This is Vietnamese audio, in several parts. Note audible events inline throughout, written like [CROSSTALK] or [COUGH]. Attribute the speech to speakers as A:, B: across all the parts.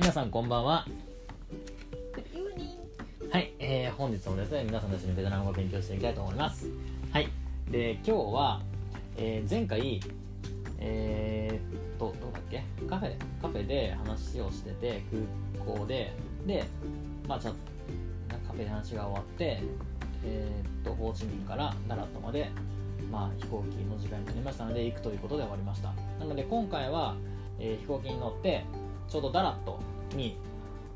A: 皆さんこんばんは
B: グリーニン
A: はい、えー、本日もですね皆さんと一緒にベトナム語を勉強していきたいと思いますはいで今日は、えー前回えー、っとどうだっけカフェカフェで話をしてて空港ででまあちょっとカフェで話が終わってえー、っとホーチミンから奈良とまでまあ飛行機の時間になりましたので行くということで終わりましたなので今回は、えー飛行機に乗ってちょうどダラットに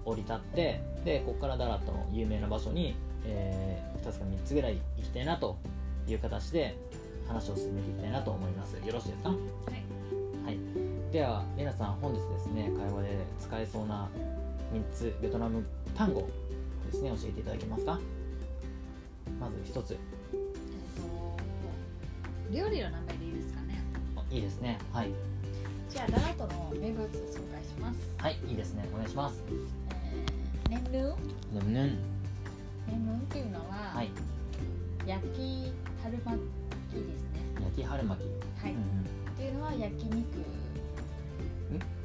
A: 降り立ってでここからダラットの有名な場所に、え2つか3つぐらい行きたいなという形で話を進めていきたいなと思いますよろしいですかはい、では皆さん本日ですね会話で使えそうな3つベトナム単語ですね教えていただけますかまず1つ
B: えっと料理の名前でいいですかね
A: あいいですねはい
B: じゃあダラトの名物を紹介します、
A: はいいいですねお願いします
B: えー、ネンヌン
A: ぬんぬん
B: ネンヌンっていうのは、
A: はい
B: 焼き春巻きですね
A: 焼き春巻き、う
B: はい、
A: んう
B: っ
A: ん、
B: ていうのは焼き肉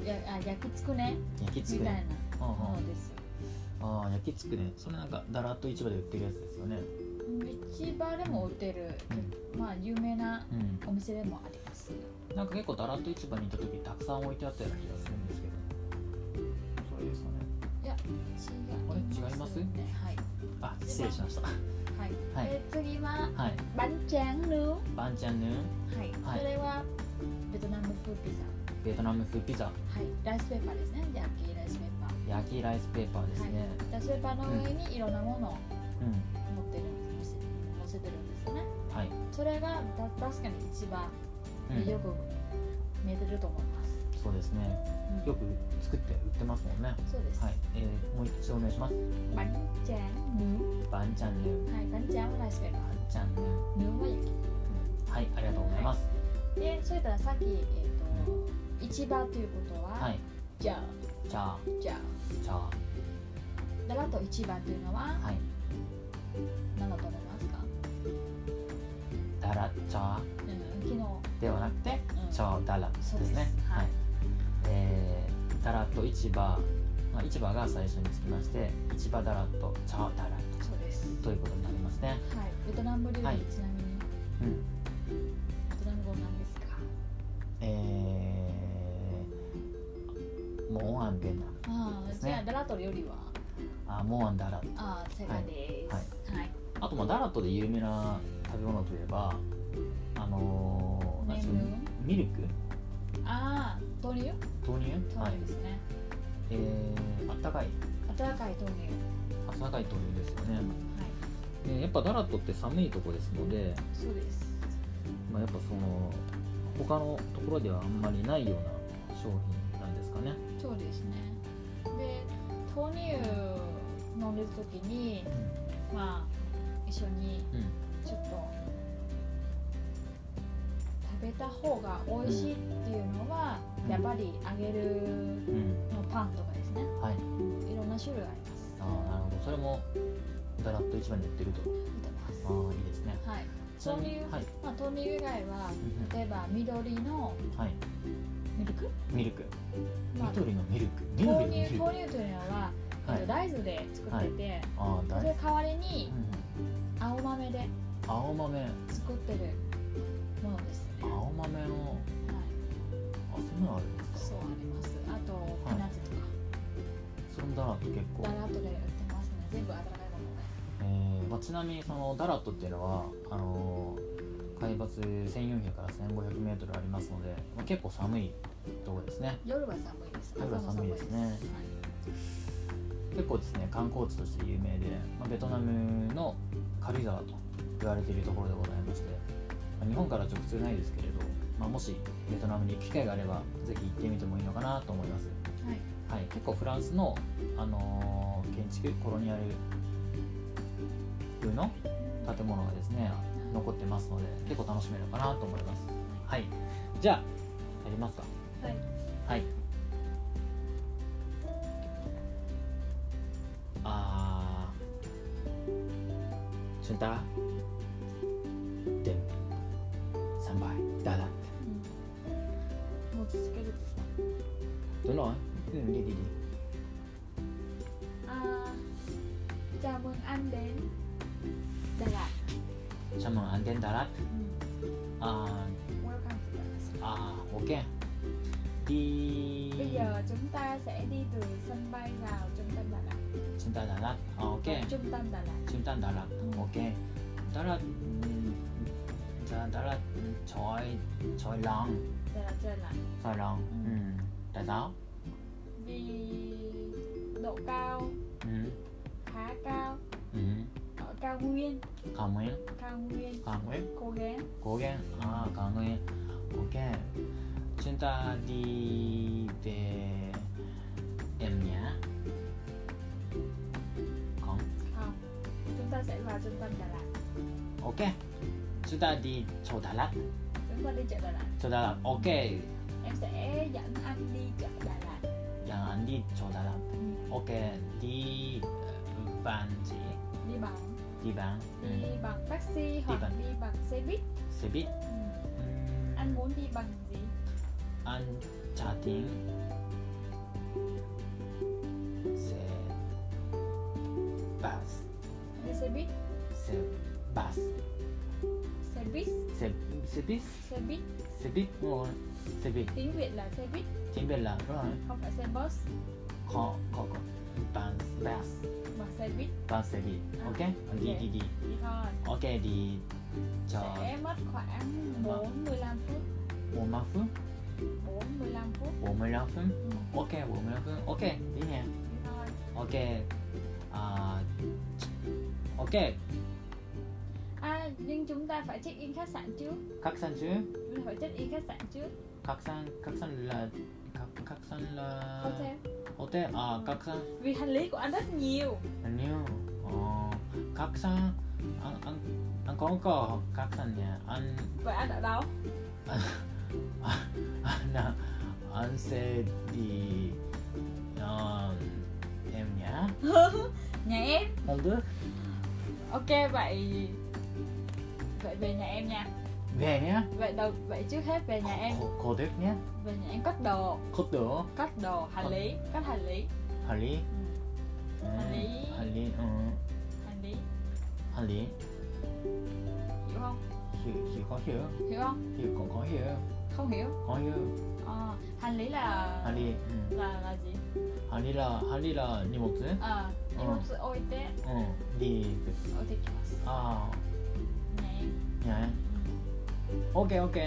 B: やあ焼きつくね
A: 焼きつ
B: み
A: く
B: た
A: ね
B: い
A: うん
B: なも
A: うん
B: のです
A: ああ焼きつくねそれなんかだらっと市場で売ってるやつですよね
B: 市場でも売ってる、まあ有名な
A: うん
B: お店でもあります
A: なんか結構だらっと市場に行った時たくさん置いてあったような気がするんですけどそれですかね
B: 違いますよねはい
A: あ失礼しました
B: はい、
A: はい
B: で次は
A: はい
B: バンチャンヌン
A: バンチャンヌン
B: はい、
A: はい
B: それはベトナム風ピザ、
A: ベトナム風ピザ
B: はい、ライスペーパーですね焼きライスペーパー
A: 焼きライスペーパーですね、
B: ライスペーパーの上にいろんなものを持ってるんです乗せてるんですね
A: うんはい、
B: それがた確かに一番
A: うん
B: よく見えてると思います、
A: そうですね
B: うん
A: よく作って売ってますもんねは
B: そうです、
A: い、えー、もう一度お願いします
B: バンチャンヌ
A: バンチャンヌン
B: ンはいバンチャンはライスペーパ
A: バンチャンヌン
B: ーヌン
A: う
B: は焼
A: んはいありがとうございます
B: きでそれからさっきえっ、と市場ということは、
A: はい
B: じゃあ
A: じゃあ
B: じゃあ
A: じゃあ
B: だらと市場というのは
A: はい
B: 何だと思いますか、
A: だらちゃ
B: うん、昨日
A: ではなくてチャオダラです
B: そうです
A: ね
B: は
A: は
B: い
A: い、えー、ダラッと市場、まあ、市場が最初につきまして市場ダラッとチャオダラッ
B: そうです。
A: ということになりますね
B: はい、ベトナム料理、
A: はい
B: ちなみに
A: うん
B: ベトナム語なんですか。
A: えー、モーアンベナ
B: ああ、
A: です
B: じ
A: ね
B: ゃあダラト料理は
A: あモーアンダラッ
B: ああ正解です。はい。
A: あとまあダラットで有名な食べ物といえばあのーなんでしょう
B: メム
A: ミルク
B: ああ豆乳
A: 豆乳は
B: 豆
A: い
B: 乳ですね。
A: えー、あったかい
B: 温かい豆乳。
A: あったかい豆乳ですよね
B: はい。
A: でやっぱダラットって寒いとこですので
B: そうです。
A: まあ、やっぱその他のところではあんまりないような商品なんですかね、
B: そうですね。で豆乳飲んでる時にまあ一緒に
A: うん
B: ちょっと食べた方が美味しいっていうのは、
A: うん
B: やっぱり揚げる
A: うん
B: のパンとかですね。
A: はい
B: いろんな種類あります。
A: ああなるほどそれもだらっと市場に売ってると
B: 見てます。
A: ああいいですね
B: はい。
A: ちなみに
B: 豆乳
A: はい、
B: まあ豆乳以外は
A: うん
B: 例えば緑の
A: うんはい、
B: ミルク、
A: ミルク
B: まあ、
A: 緑のミルク緑のミ
B: 豆
A: ルク
B: 乳豆乳というのは、
A: は
B: えっ
A: い
B: と大豆で作ってて、
A: ああ大
B: そ
A: 豆
B: れ代わり
A: う
B: に
A: んうん
B: 青豆で
A: 青豆
B: 作ってるものですね。はい。
A: 青豆のあそんなのあるんです
B: そ
A: か
B: うあります。あとピーナッツとか、
A: それもだらっと結構
B: ダラットで売ってますね。全部温かいもので。
A: えーまあ、ちなみにそのダラットっていうのはあのー海抜1400から1500メートルありますので、まあ、結構寒いところですね
B: 夜は寒いです。朝
A: 夜は
B: も寒
A: 寒
B: い
A: い
B: で。
A: ですすね結構ですね観光地として有名で、まあ、ベトナムの軽井沢と言われているところでございまして、まあ日本から直通ないですけれど、まあ、もしベトナムに行く機会があればぜひ行ってみてもいいのかなと思います
B: はい。
A: はい、結構フランスの、あのー建築コロニアル風の
B: はい。
A: 建物がですね残ってますので結構楽しめるかなと思いますはいじゃあやりますか
B: はい。
A: はいあーチュンタで三倍だだ
B: うんもう続けるとさ。
A: どのうんリリリ
B: Ờ, ăn đến Đà Lạt
A: chào mừng anh đến Đà Lạt
B: ừ.
A: à,
B: Welcome to Đà Lạt.
A: à ok đi
B: Bây giờ chúng ta sẽ đi từ sân bay vào trung tâm Đà Lạt
A: chúng ta Đà Lạt à, ok
B: Trung tâm Đà Lạt
A: chúng ta Đà Lạt ok Đà Lạt ừm, Đà, Đà Lạt trời trời lạnh
B: Đà Lạt trời lạnh
A: trời lạnh ừ. tại sao
B: Vì độ cao
A: ừ.
B: khá cao
A: ừ.
B: Ở cao nguyên
A: cầu nguyện
B: Cao nguyên
A: cầu nguyện
B: Cố gắng
A: cố gắng à cầu nguyện ok chúng ta đi về em nhá còn
B: Không Chúng ta sẽ vào trung tâm Đà Lạt
A: ok chúng ta đi chỗ Đà Lạt
B: Chúng ta đi chợ Đà Lạt
A: chỗ Đà Lạt ok
B: Em sẽ dẫn anh đi chợ Đà Lạt
A: giờ anh đi chỗ Đà Lạt
B: ừ.
A: ok đi ờ, bàn gì
B: Đi bằng
A: đi bàn
B: Đi
A: ừ.
B: bằng taxi hoặc
A: bằng-
B: đi bằng xe buýt
A: xe buýt
B: ừ.
A: Ừm,
B: Anh muốn đi bằng gì?
A: ăn trà tím xe bus
B: Đi xe buýt
A: xe bus
B: Xe buýt
A: xe xe buýt
B: Xe buýt
A: xe buýt đúng rồi xe buýt
B: Tiếng Việt là xe buýt
A: tiếng Việt là đúng rồi
B: Không phải xe bus
A: có có có bàn bus
B: Bằng xe buýt
A: bàn xe buýt ok đi đi đi
B: đi thôi
A: ok đi cho
B: Sẽ mất khoảng 45 phút
A: 45 phút
B: 45 phút
A: 45 phút
B: ừ.
A: ok 45 phút ok đi nha
B: Đi thôi
A: ok à ok
B: À nhưng chúng ta phải check in khách sạn trước
A: các sản chứ
B: Chúng ta phải check in khách sạn trước
A: các sản các sản là các các sản là
B: Hotel
A: hotel à các sản
B: Vì hành lý của anh rất nhiều
A: 아니요. 어, 각상 안, 안, 안 거거 각상이야. 안,
B: Vậy anh ở đâu?
A: 안, 나- 안 세디, 어, 엠냐?
B: Nhà em
A: 한두?
B: Ok vậy Vậy về nhà em nha
A: 왜냐?
B: Vậy đầu vậy trước hết về nhà em
A: 네. 거, 네? 거듭냐?
B: Về nhà em cất đồ
A: 것도
B: Cất đồ, hành lý, cất hành lý
A: 할리? 음,
B: ừ. 할리.
A: 할리, 어, 응,
B: Hành lý,
A: 할리.
B: hiểu không?
A: 휴, 휴, 거, 휴,
B: Hiểu không?
A: 휴, 거, 거, 휴,
B: Không hiểu
A: 거, 휴.
B: Ờ, Hành lý là
A: 할리, 응.
B: Là là gì? Ờ,
A: 할리라, 할리라, 니모츠?
B: あ
A: うん
B: 荷物置いて
A: 응, 니,
B: 置いてきますね
A: 아, 야. Ok ok.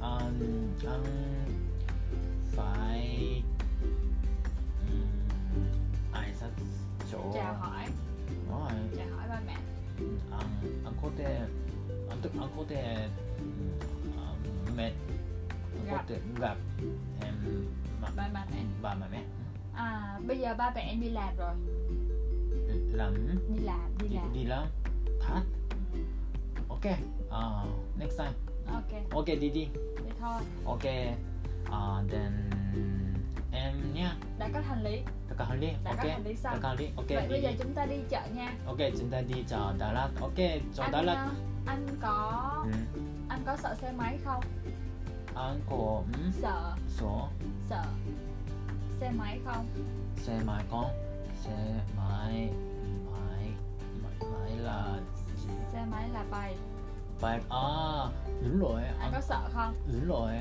A: Um, um, phải um, ai sát chỗ.
B: じゃあはい
A: Đúng rồi.
B: じゃあはいばめ
A: Ăn ăn có thể ăn tức ăn có thể um, mẹ ăn có
B: Gặp.
A: thể gặp em mà
B: ばめね
A: bà mà mẹ
B: à bây giờ ba mẹ em đi làm rồi
A: làm
B: đi làm đi
A: đi,
B: làm
A: đi lắm thắt ok à Ha? Ah, next time
B: ok
A: ok đi đi
B: thế thôi
A: ok à Ah, then em nhé
B: đã cất hành lý
A: Taka Hali,
B: đã
A: ok.
B: cất hành lý xong
A: Taka Hali, ok.
B: vậy
A: đi.
B: bây giờ chúng ta đi chợ nha
A: Ok, chúng ta đi chợ Đà Lạt. Ok, chợ Đà
B: anh
A: Lạt.
B: ờ, anh có
A: Ừ.
B: anh có sợ xe máy không
A: Anh có ừ,
B: sợ
A: số
B: sợ xe máy không
A: xe máy không? Xe máy, máy, máy, máy là gì?
B: xe máy là bày
A: Bike. À, đúng rồi.
B: anh
A: Anh,
B: có sợ không
A: đúng rồi.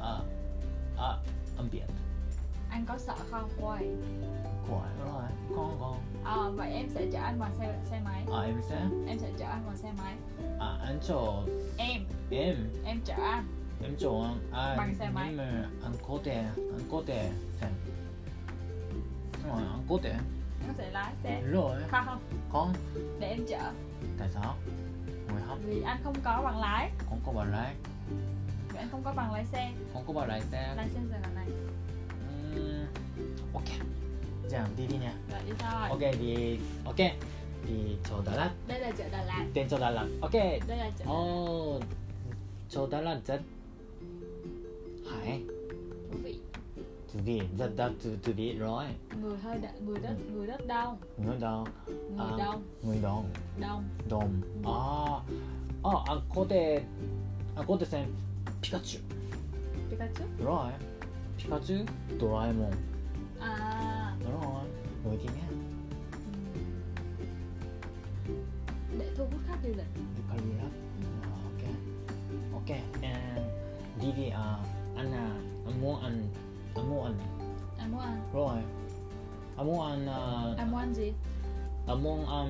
A: À, à, anh biết.
B: anh có sợ không quay
A: Của rồi. Con con.
B: Ờ, vậy em sẽ chở anh bằng xe xe máy
A: À, em sẽ.
B: em sẽ chở anh bằng xe máy
A: À, anh cho
B: em
A: em.
B: em chở anh
A: Em cho anh. À,
B: Bằng xe máy.
A: nhưng mà Anh có thể, anh có thể. Xem. Đúng rồi, anh có thể.
B: em có thể lái xe
A: Đúng rồi.
B: không không
A: con
B: để em chở
A: tại sao ngồi hấp
B: vì anh không có bằng lái
A: con có bảo lái
B: vì anh không có bằng lái xe
A: con có bảo lái xe
B: lái xe giờ này
A: Ừm, ok giờ đi đi nha
B: rồi đi thôi
A: ok đi ok đi chỗ Đà Lạt
B: đây là chợ Đà Lạt
A: đến chỗ Đà Lạt ok
B: đây là chợ
A: oh chỗ Đà Lạt rất hải
B: thú vị
A: thú vị rất rất thú thú vị rồi
B: người hơi đ... người đất người đất đông
A: người đó
B: người
A: À.
B: đông
A: người đó
B: đông
A: đồng à à anh có thể anh có thể xem Pikachu
B: Pikachu
A: rồi Pikachu Doraemon
B: à
A: Đúng rồi, nổi tiếng á
B: ừ. Tôi bút khác như vậy
A: Korea
B: Ừ.
A: ok ok and 아, Didi à Anna anh muốn ăn anh muốn ăn
B: Anh muốn ăn
A: rồi anh muốn ăn 아,
B: Anh muốn ăn gì?
A: anh muốn ăn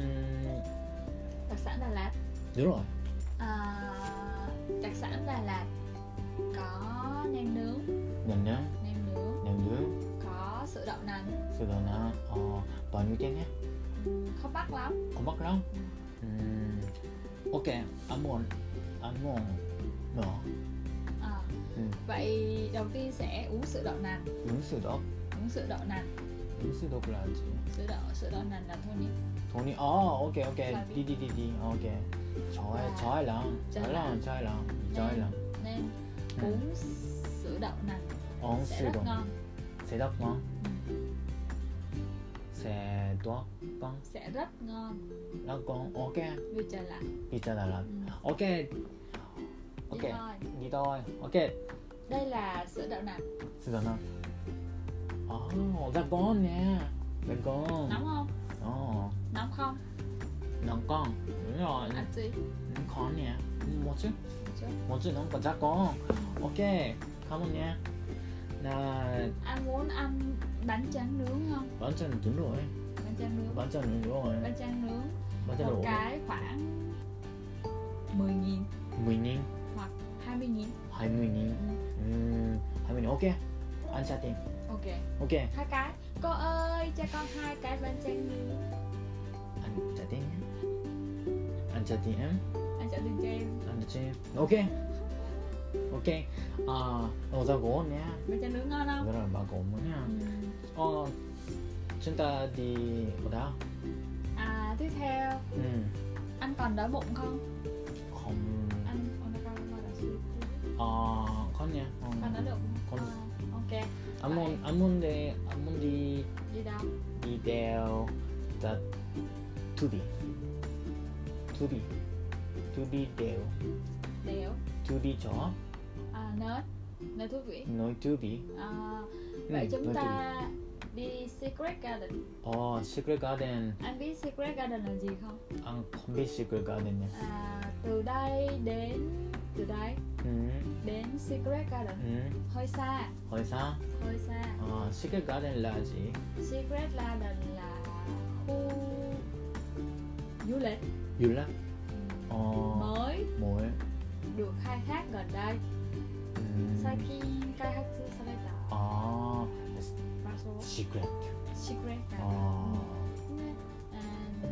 B: Đặc sản Đà Lạt
A: đúng rồi
B: à, Đặc sản Đà Lạt Có nem nướng
A: mình nhá
B: Nem nướng
A: nem nướng
B: Có sữa đậu nành
A: Sư đồ nè, ờ, bao nhiêu tiền nhé?
B: ừ, Không bắt lắm
A: Không mắc lắm Ừm, Ừ. Ok, ăn muốn Ăn muốn Nữa
B: à,
A: Ừ.
B: Vậy đầu tiên sẽ uống sữa đậu nành
A: Uống sư độc
B: Uống sữa đậu nành
A: Uống sư độc là gì?
B: Sữa đậu, sữa đậu nành là thôi nhé
A: Thôi đi, oh, ok,
B: Là
A: ok
B: biết.
A: Đi, đi, đi, đi, ok Trời,
B: Là-
A: trời lắm
B: Trời
A: Trời lắm,
B: lắm. Ừ.
A: trời lắm Trời lắm
B: Nên uống sữa đậu nành
A: Ừ. Uống
B: sẽ
A: sư
B: rất
A: độc
B: ngon
A: Sẽ độc ngon
B: Ừ,
A: Sẽ độc ngon
B: Sẽ rất ngon
A: Rất ngon, ok
B: Vì trời lạnh
A: Đi trời là
B: Ừ,
A: Ok
B: Đi
A: Ok,
B: thôi
A: đi thôi Ok,
B: Đây là sữa đậu nành
A: sư đồ nè Oh, rất ngon nè Rất ngon
B: Nóng không?
A: Oh
B: Nóng không?
A: nóng con đúng rồi
B: Ăn gì?
A: nóng con nhé một chút
B: Chưa?
A: một chút nóng còn ra con ok cảm ơn nhé là
B: Anh muốn ăn bánh tráng nướng không?
A: bán chân đúng rồi
B: Bánh tráng nướng
A: bán chân đúng rồi
B: Bánh tráng nướng
A: bán chân
B: Một
A: đủ
B: cái khoảng 10.000
A: mười nghìn
B: 20.000
A: hai mươi nghìn Ừm, hai mươi nghìn ok ăn trả tiền
B: Ok
A: ok
B: Hai cái Cô ơi cho con hai cái bánh tráng nướng
A: ăn trả tiền nhé ăn trả tiền em
B: Anh trả tiền cho em
A: ăn trả tiền ok ok à nó ra gỗ nhé
B: Bánh tráng nướng ngon không?
A: đó là ba gỗ nhé
B: Ừ.
A: ờ chúng ta đi ở đó
B: À tiếp theo
A: ừ
B: Anh còn đói bụng không?
A: không
B: Anh Onakawa đã suy tư.
A: 아, 그냥
B: Còn đói bụng không?
A: Còn-
B: À, ok
A: 아몬 예. 아몬데 아몬디
B: Đi đâu?
A: 이데오 다 투디 투디 투디 데오
B: Đéo
A: 투디 저
B: À nến Nến thú vị
A: 너희 투디
B: À, vậy chúng ta đi Secret Garden
A: 어 시크릿 가든
B: anh biết Secret Garden là gì không
A: 안 컴비 시크릿 가든이야
B: à, từ đây đến từ đây
A: 음,
B: đến Secret Garden
A: 음
B: hơi xa
A: 어디서
B: hơi xa
A: 어 시크릿 가든 라지
B: Secret Garden là khu du lịch
A: 율라
B: ừ,
A: 어
B: mới
A: 뭘
B: được khai thác gần đây
A: 음,
B: Saki Kaihatsu Sareta
A: Ờ. 아
B: Maso
A: 시크릿
B: Secret Garden
A: 아
B: And,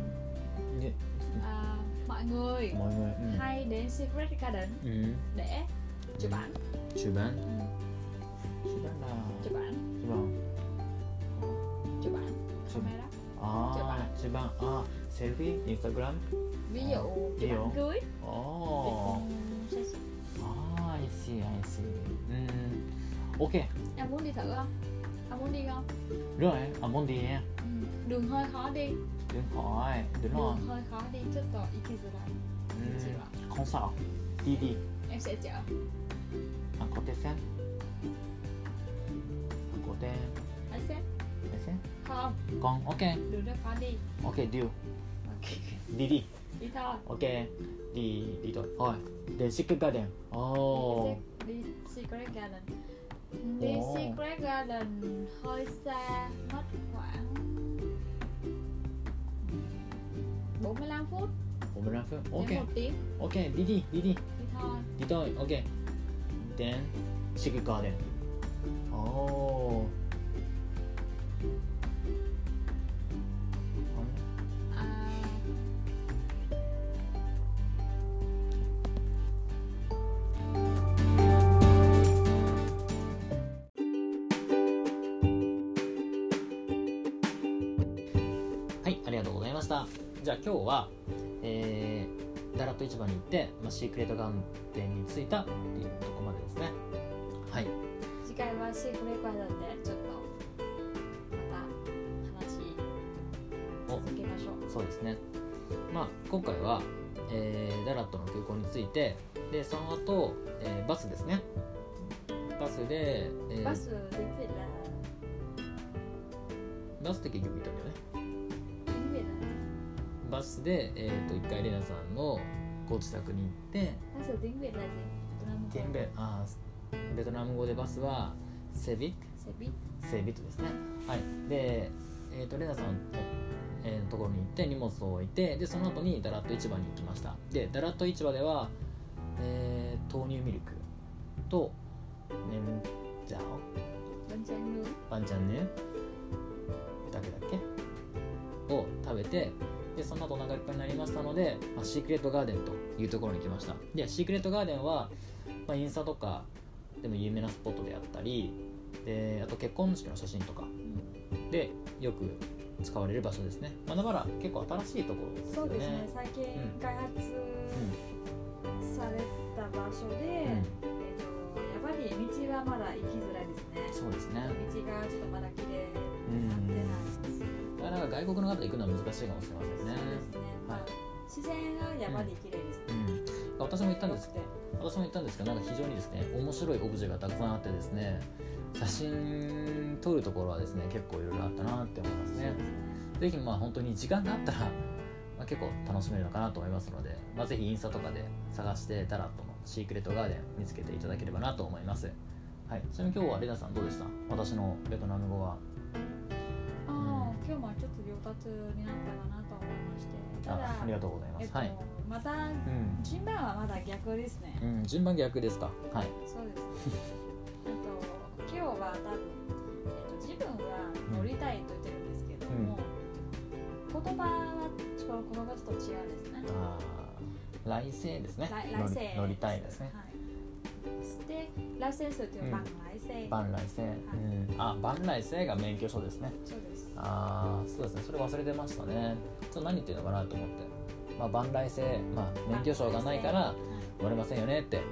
A: 이제
B: à, mọi người
A: mọi người ừ.
B: hay đến Secret Garden
A: Ừ.
B: để chụp ảnh
A: Chụp ảnh
B: ừ,
A: Chụp ảnh là
B: chụp ảnh
A: Chụp ảnh
B: chụp ảnh
A: Chụp-
B: camera Chụp
A: À
B: ảnh.
A: Chụp ảnh À Ah, Selfie Instagram
B: ví dụ
A: Ờ. Ví
B: chụp
A: dụ.
B: ảnh cưới
A: Oh
B: thì con-
A: À I see I see Hmm. Ừm Ok
B: em muốn đi thử không em muốn đi không
A: Rồi Ở môn đi nha
B: ừ. đường hơi khó đi
A: Đừng khỏi Đúng rồi
B: đường hơi khó đi chút rồi ý kiến rồi
A: Ừm, Không sao Đi đi
B: em sẽ chở
A: Anh có thể xem Anh có thể
B: anh sẽ
A: để xem
B: không
A: Con ok
B: đường rất khó đi
A: Ok deal
B: Ok.
A: Đi đi
B: đi thôi
A: Ok Đi đi thôi Thôi Đến Secret Oh, Garden Oh
B: đi, đi secret garden đi
A: Ồ.
B: secret garden hơi xa mất khoảng 45 phút
A: 45分
B: đến
A: OK
B: một tiếng
A: OK リリリリ
B: đi thôi
A: リトイ OK Then シグガーデンおー
B: à,
A: Oh はいありがとうございましたじゃあ今日はえー、ダラット市場に行って、まあ、シークレットガーデンに着いたっていうとこまでですねはい
B: 次回はシークレットガーデンでちょっとまた話
A: お
B: 続けましょう
A: そうですねまあ今回は、えーダラットの空港に着いてでその後、えーバスですねバスで、えー
B: バス出てら
A: バスって結局行ったんだよね
B: 出てら
A: バスで、えー、と一回レナさんのご自宅に行って
B: 那时候丁北来着，那么
A: テンベあーベトナム語でバスはセビック
B: 谁比？
A: セビットですねはいで、えー、とレナさんの、えーところに行って荷物を置いてでその後にダラット市場に行きましたでダラット市場では、えー豆乳ミルクとねんじゃお
B: 文珍路，
A: バンチャンヌだけだっけを食べてでその後お腹いっぱいになりましたので、まあ、シークレットガーデンというところに来ましたでシークレットガーデンは、まあ、インスタとかでも有名なスポットであったりであと結婚式の写真とか
B: 嗯，
A: でよく使われる場所ですね、まあ、だから結構新しいところです
B: そ
A: よ
B: うですね
A: ね。
B: 最近開発された場所で、
A: うん
B: えっとやっぱり道はまだ行きづらいですね。
A: そうですね
B: 道がちょっとまだ綺麗
A: うん
B: でない。
A: なかなか外国の方行くのは難しいかもしれませ
B: そ
A: ん
B: う
A: ね
B: ですね。まあ自然がやっぱり綺麗ですね。
A: うん私も行ったんです私も行ったんですけどなんか非常にですね面白いオブジェがたくさんあってですね写真撮るところはですね結構いろいろあったなって思いますねぜひまあ本当に時間があったら、まあ、結構楽しめるのかなと思いますので、まあ、ぜひインスタとかで探してタラットのシークレットガーデン見つけていただければなと思いますはいちなみに今日はレナさんどうでした私のベトナム語は
B: ああ、今日もちょっと上達になったかなと思いまして。ただ
A: あありがとうございます、
B: えっと、
A: はい、
B: また
A: うん
B: 順番はまだ逆ですね。
A: うん、順番逆ですかはい
B: そうですね。あと今日は多分、えっと、自分は乗りたいと言ってるんですけども、言葉はちょっと言葉と違うんですね。
A: あー来世ですね
B: 来来世
A: 乗り乗りたいですね
B: はい。そして来世数という番来世。
A: 万来生、うん、あ万来生が免許証ですね
B: そうです。
A: ああそうですねそれ忘れてましたねちょっと何言ってるのかなと思って、まあ、万来生、まあ、免許証がないから乗れませんよねっていう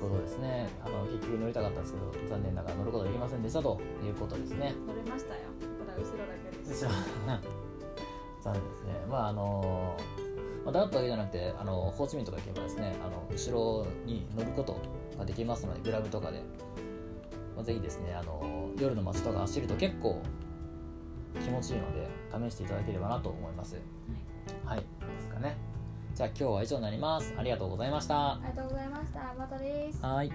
A: ことですねあの結局乗りたかったんですけど残念ながら乗ることができませんでしたということですね
B: 乗れましたよ。これは後ろだけです。
A: そう [LAUGHS] 残念ですねまああのまあ、ダラッとだけじゃなくてあのホーチミンとか行けばですねあの後ろに乗ることができますのでグラブとかで、まあ、ぜひですねあの夜の街とか走ると結構気持ちいいので試していただければなと思いますはいですかねじゃあ今日は以上になりますありがとうございました
B: ありがとうございました。またです。
A: はい